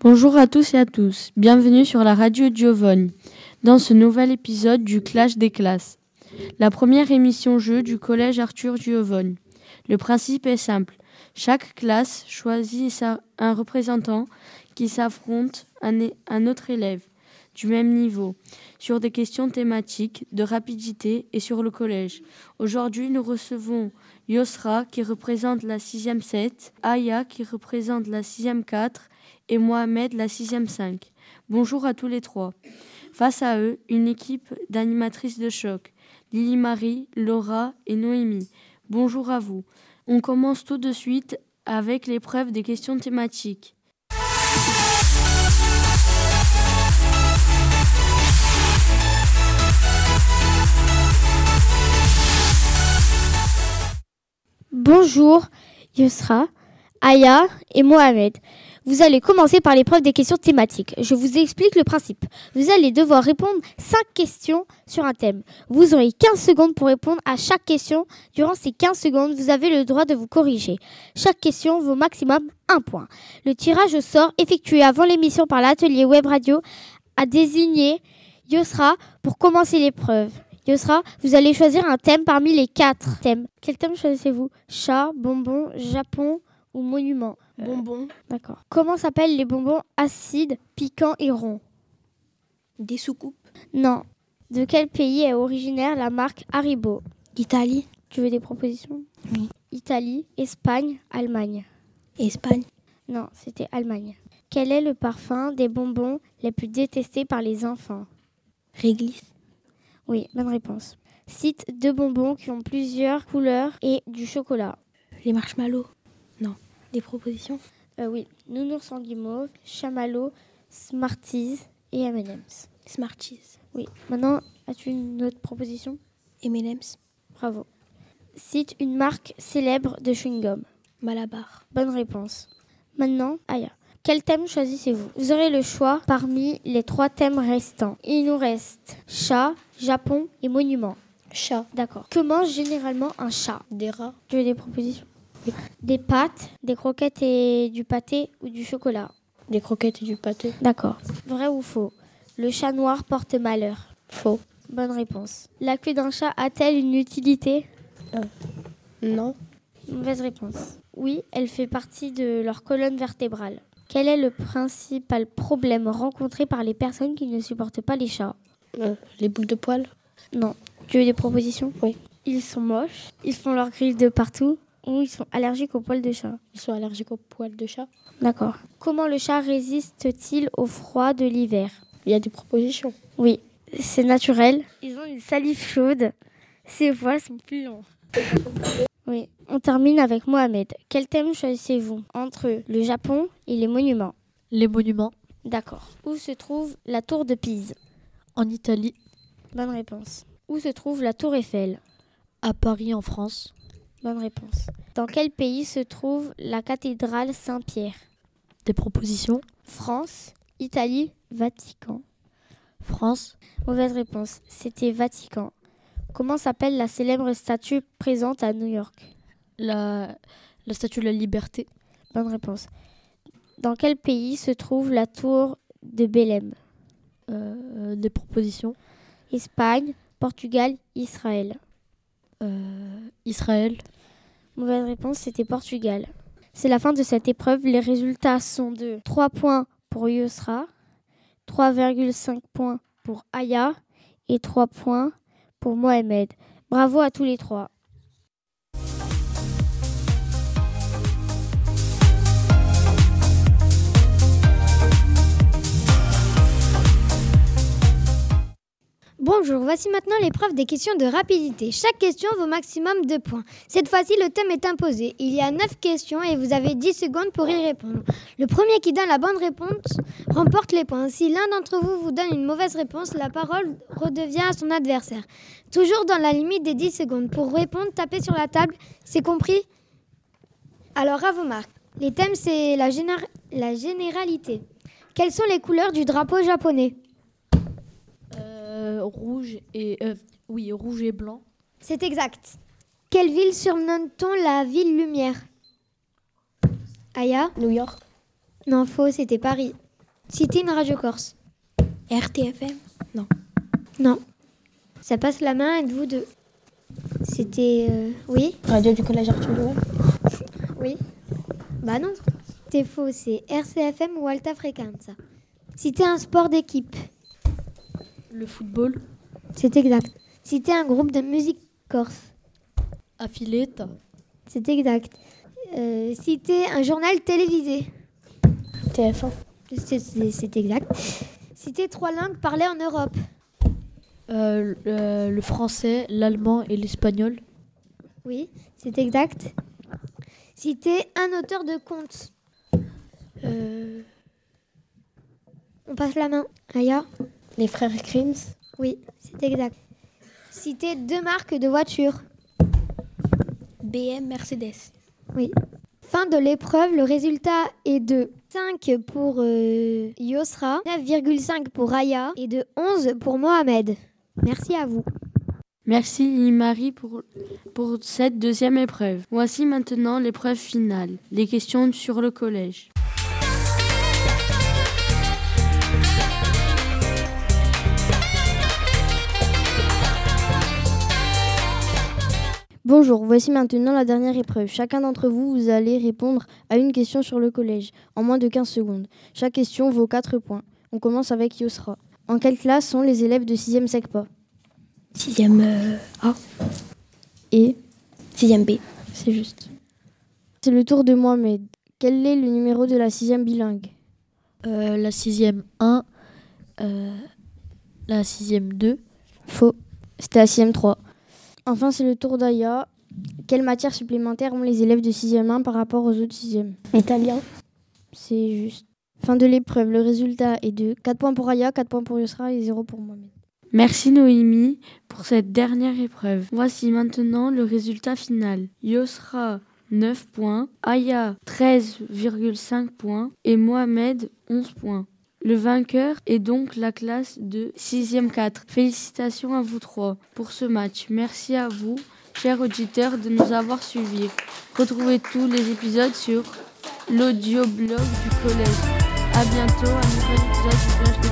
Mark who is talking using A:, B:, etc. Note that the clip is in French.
A: Bonjour à tous et à tous, bienvenue sur la radio Diovogne, dans ce nouvel épisode du Clash des classes, la première émission jeu du collège Arthur Diovogne. Le principe est simple, chaque classe choisit sa- un représentant qui s'affronte à un é- un autre élève du même niveau, sur des questions thématiques, de rapidité et sur le collège. Aujourd'hui, nous recevons Yosra qui représente la 6e 7, Aya qui représente la 6e 4 et Mohamed la 6e 5. Bonjour à tous les trois. Face à eux, une équipe d'animatrices de choc, Lily Marie, Laura et Noémie. Bonjour à vous. On commence tout de suite avec l'épreuve des questions thématiques.
B: Bonjour Yusra, Aya et Mohamed. Vous allez commencer par l'épreuve des questions thématiques. Je vous explique le principe. Vous allez devoir répondre 5 questions sur un thème. Vous aurez 15 secondes pour répondre à chaque question. Durant ces 15 secondes, vous avez le droit de vous corriger. Chaque question vaut maximum 1 point. Le tirage au sort effectué avant l'émission par l'atelier Web Radio a désigné Yosra pour commencer l'épreuve. Yosra, vous allez choisir un thème parmi les quatre thèmes. Quel thème choisissez-vous Chat, bonbon, Japon ou monument
C: Euh. Bonbons,
B: D'accord. Comment s'appellent les bonbons acides, piquants et ronds
C: des soucoupes.
B: Non. De quel pays est originaire la marque Haribo
C: Italie,
B: Tu veux des propositions
C: Oui.
B: Italie, Espagne, Allemagne.
C: Espagne,
B: Non, c'était Allemagne. Quel est le parfum des bonbons les plus détestés par les enfants
C: réglisse,
B: Oui, bonne réponse. Cite deux bonbons qui ont plusieurs couleurs et du chocolat.
C: les marshmallows. Non, des propositions.
B: Euh, oui, nounours en guimauve, chamallow, smarties et M&M's.
C: Smarties,
B: Oui, maintenant, as-tu une autre proposition
C: M&M's,
B: Bravo. Cite une marque célèbre de chewing-gum.
C: Malabar,
B: Bonne réponse. Maintenant, Aya. Quel thème choisissez-vous Vous aurez le choix parmi les trois thèmes restants. Il nous reste chat, Japon et monument.
C: chat,
B: D'accord. Que mange généralement un chat
C: des rats,
B: Tu veux des propositions Des pâtes, des croquettes et du pâté ou du chocolat
C: des croquettes et du pâté.
B: D'accord. Vrai ou faux Le chat noir porte malheur.
C: Faux.
B: Bonne réponse. La queue d'un chat a-t-elle une utilité
C: Non,
B: Mauvaise réponse. Oui, elle fait partie de leur colonne vertébrale. Quel est le principal problème rencontré par les personnes qui ne supportent pas les chats
C: euh, les boules de poils.
B: Non. Tu veux des propositions
C: Oui.
B: Ils sont moches, ils font leurs griffes de partout ou ils sont allergiques aux poils de chat.
C: Ils sont allergiques aux poils de chat.
B: D'accord. Comment le chat résiste-t-il au froid de l'hiver
C: Il y a des propositions.
B: Oui, c'est naturel. Ils ont une salive chaude. Ses voiles sont plus longs. Oui, on termine avec Mohamed. Quel thème choisissez-vous entre le Japon et les monuments
D: Les monuments
B: D'accord. Où se trouve la tour de Pise
D: en Italie,
B: Bonne réponse. Où se trouve la tour Eiffel
D: à Paris en France,
B: Bonne réponse. Dans quel pays se trouve la cathédrale Saint-Pierre
D: des propositions,
B: France, Italie, Vatican.
D: France,
B: Mauvaise réponse, c'était Vatican. Comment s'appelle la célèbre statue présente à New York
D: la, la statue de la liberté,
B: Bonne réponse. Dans quel pays se trouve la tour de Belém
D: euh, des propositions,
B: Espagne, Portugal, Israël.
D: euh, Israël,
B: Mauvaise réponse, c'était Portugal. C'est la fin de cette épreuve. Les résultats sont de 3 points pour Yusra, 3,5 points pour Aya et 3 points pour Mohamed. Bravo à tous les trois.
E: Bonjour, voici maintenant l'épreuve des questions de rapidité. Chaque question vaut maximum 2 points. Cette fois-ci, le thème est imposé. Il y a 9 questions et vous avez 10 secondes pour y répondre. Le premier qui donne la bonne réponse remporte les points. Si l'un d'entre vous vous donne une mauvaise réponse, la parole redevient à son adversaire. Toujours dans la limite des 10 secondes. Pour répondre, tapez sur la table. C'est compris Alors à vos marques. Les thèmes, c'est la, généra- la généralité. Quelles sont les couleurs du drapeau japonais
D: euh, rouge et euh, oui rouge et blanc,
E: C'est exact. Quelle ville surnomme-t-on la ville lumière Aya
C: New York,
E: Non, faux, c'était Paris. Citer une radio corse.
C: RTFM
E: Non. Ça passe la main, êtes-vous deux C'était. euh, Oui
C: Radio du collège Arthur de Gaulle.
E: Oui. Bah non. T'es faux, c'est RCFM ou Alta Frequenza. Citer un sport d'équipe.
D: Le football,
E: C'est exact. Citer un groupe de musique corse.
D: affilée, t'as
E: C'est exact. Euh, citer un journal télévisé.
C: TF1.
E: C'est- C'est c'est exact. Citer trois langues parlées en Europe.
D: Euh, le- euh, le français, l'allemand et l'espagnol.
E: Oui, c'est exact. Citer un auteur de conte.
C: Euh,
E: On passe la main. Aya
C: les frères Grims.
E: Oui, c'est exact. Citer deux marques de voitures.
C: BM Mercedes.
E: Fin de l'épreuve, le résultat est de 5 pour euh, Yosra, 9,5 pour Aya et de 11 pour Mohamed. Merci à vous.
A: Merci Imari pour, pour cette deuxième épreuve. Voici maintenant l'épreuve finale, les questions sur le collège.
B: Bonjour, voici maintenant la dernière épreuve. Chacun d'entre vous, vous allez répondre à une question sur le collège, en moins de 15 secondes. Chaque question vaut 4 points. On commence avec Yosra. En quelle classe sont les élèves de 6e SECPA
C: Sixième euh, A.
B: Et
C: Sixième B.
B: c'est juste. C'est le tour de Mohamed. Quel est le numéro de la 6e bilingue
D: Euh, la sixième 1, la sixième 2,
B: Faux. C'était la 6e 3. Enfin, c'est le tour d'Aya. Quelles matières supplémentaires ont les élèves de 6e 1 par rapport aux autres 6e
C: Italien.
B: C'est juste. Fin de l'épreuve. Le résultat est de 4 points pour Aya, 4 points pour Yosra et 0 pour Mohamed.
A: Merci Noémie pour cette dernière épreuve. Voici maintenant le résultat final. Yosra 9 points, Aya 13,5 points et Mohamed 11 points. Le vainqueur est donc la classe de 6e 4. Félicitations à vous trois pour ce match. Merci à vous, chers auditeurs, de nous avoir suivis. Retrouvez tous les épisodes sur l'audioblog du collège. À bientôt, un nouvel épisode du Flash de